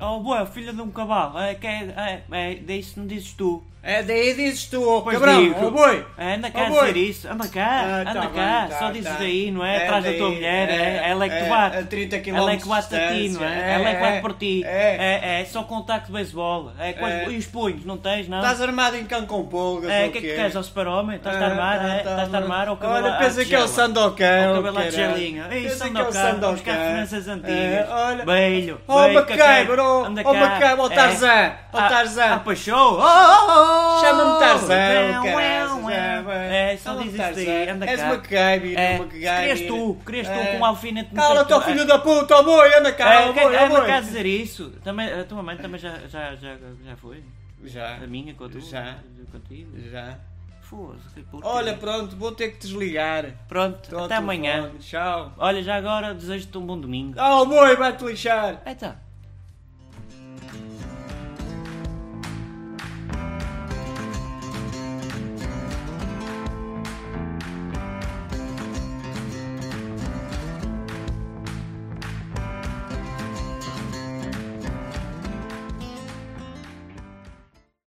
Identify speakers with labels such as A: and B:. A: Oh, boa, filha de um cavalo, é, que é, é, é, disso não dizes tu.
B: É daí dizes tu, ó
A: Pois
B: cabrão,
A: digo.
B: ó boi.
A: É, anda
B: Ó,
A: cá
B: boi.
A: dizer isso, anda cá,
B: Oh, Ah, tá
A: anda
B: bem,
A: cá,
B: tá,
A: só dizes
B: tá.
A: daí, não é? Atrás da tua
B: daí,
A: mulher, é, ela é que te bate.
B: a 30 km
A: Ela é que bate a ti, não é? Ela é que bate por ti.
B: É.
A: É, é, só contacto de beisebol. É, com as-
B: É.
A: E os punhos, não tens, não?
B: Estás armado em cão com polgas,
A: é,
B: ou
A: o que é que
B: quê?
A: queres ao super-homem? Estás-te a
B: Ah,
A: armar,
B: tá,
A: é?
B: tá,
A: Estás-te a
B: mano.
A: armar ou o cabelo
B: Olha,
A: à
B: pensa que é o
A: tigela?
B: Sandocão.
A: O cabelo à
B: caralho.
A: tigelinha. Ei,
B: Pensa que é o
A: Sandocão, as
B: Sandocão.
A: cartunças antigas.
B: É, olha.
A: Beijo,
B: Oh,
A: beijo,
B: Macaibro,
A: cacá.
B: oh,
A: Anda
B: oh,
A: cá.
B: Macaibro, oh,
A: É.
B: Tarzan, oh,
A: Ah,
B: Tarzan.
A: Ah, pois show. Oh, oh, oh.
B: Chama-me Tarzan,
A: Ué,
B: o
A: ué,
B: caralho.
A: ué. É, só
B: Chama-me
A: diz isso daí,
B: Tarzan.
A: anda cá.
B: És Macaibro,
A: É,
B: Macaibro.
A: Crias tu, crias tu
B: É.
A: com um alfinete no
B: Cala,
A: teu-
B: teu filho da puta, ó boi, anda cá,
A: É,
B: ó
A: quem-
B: boi, ó
A: anda cá
B: boi.
A: dizer isso. Também, a tua mãe também já, já, já, já foi?
B: Já,
A: A minha com a tua?
B: Já.
A: Contigo?
B: já.
A: Foda-se, que porcaria.
B: Olha, pronto, vou ter que desligar.
A: Pronto,
B: Tô ao
A: até amanhã.
B: telefone, Tchau.
A: Olha, já agora desejo-te um bom domingo.
B: Ah, o boi vai-te lixar.
A: Então.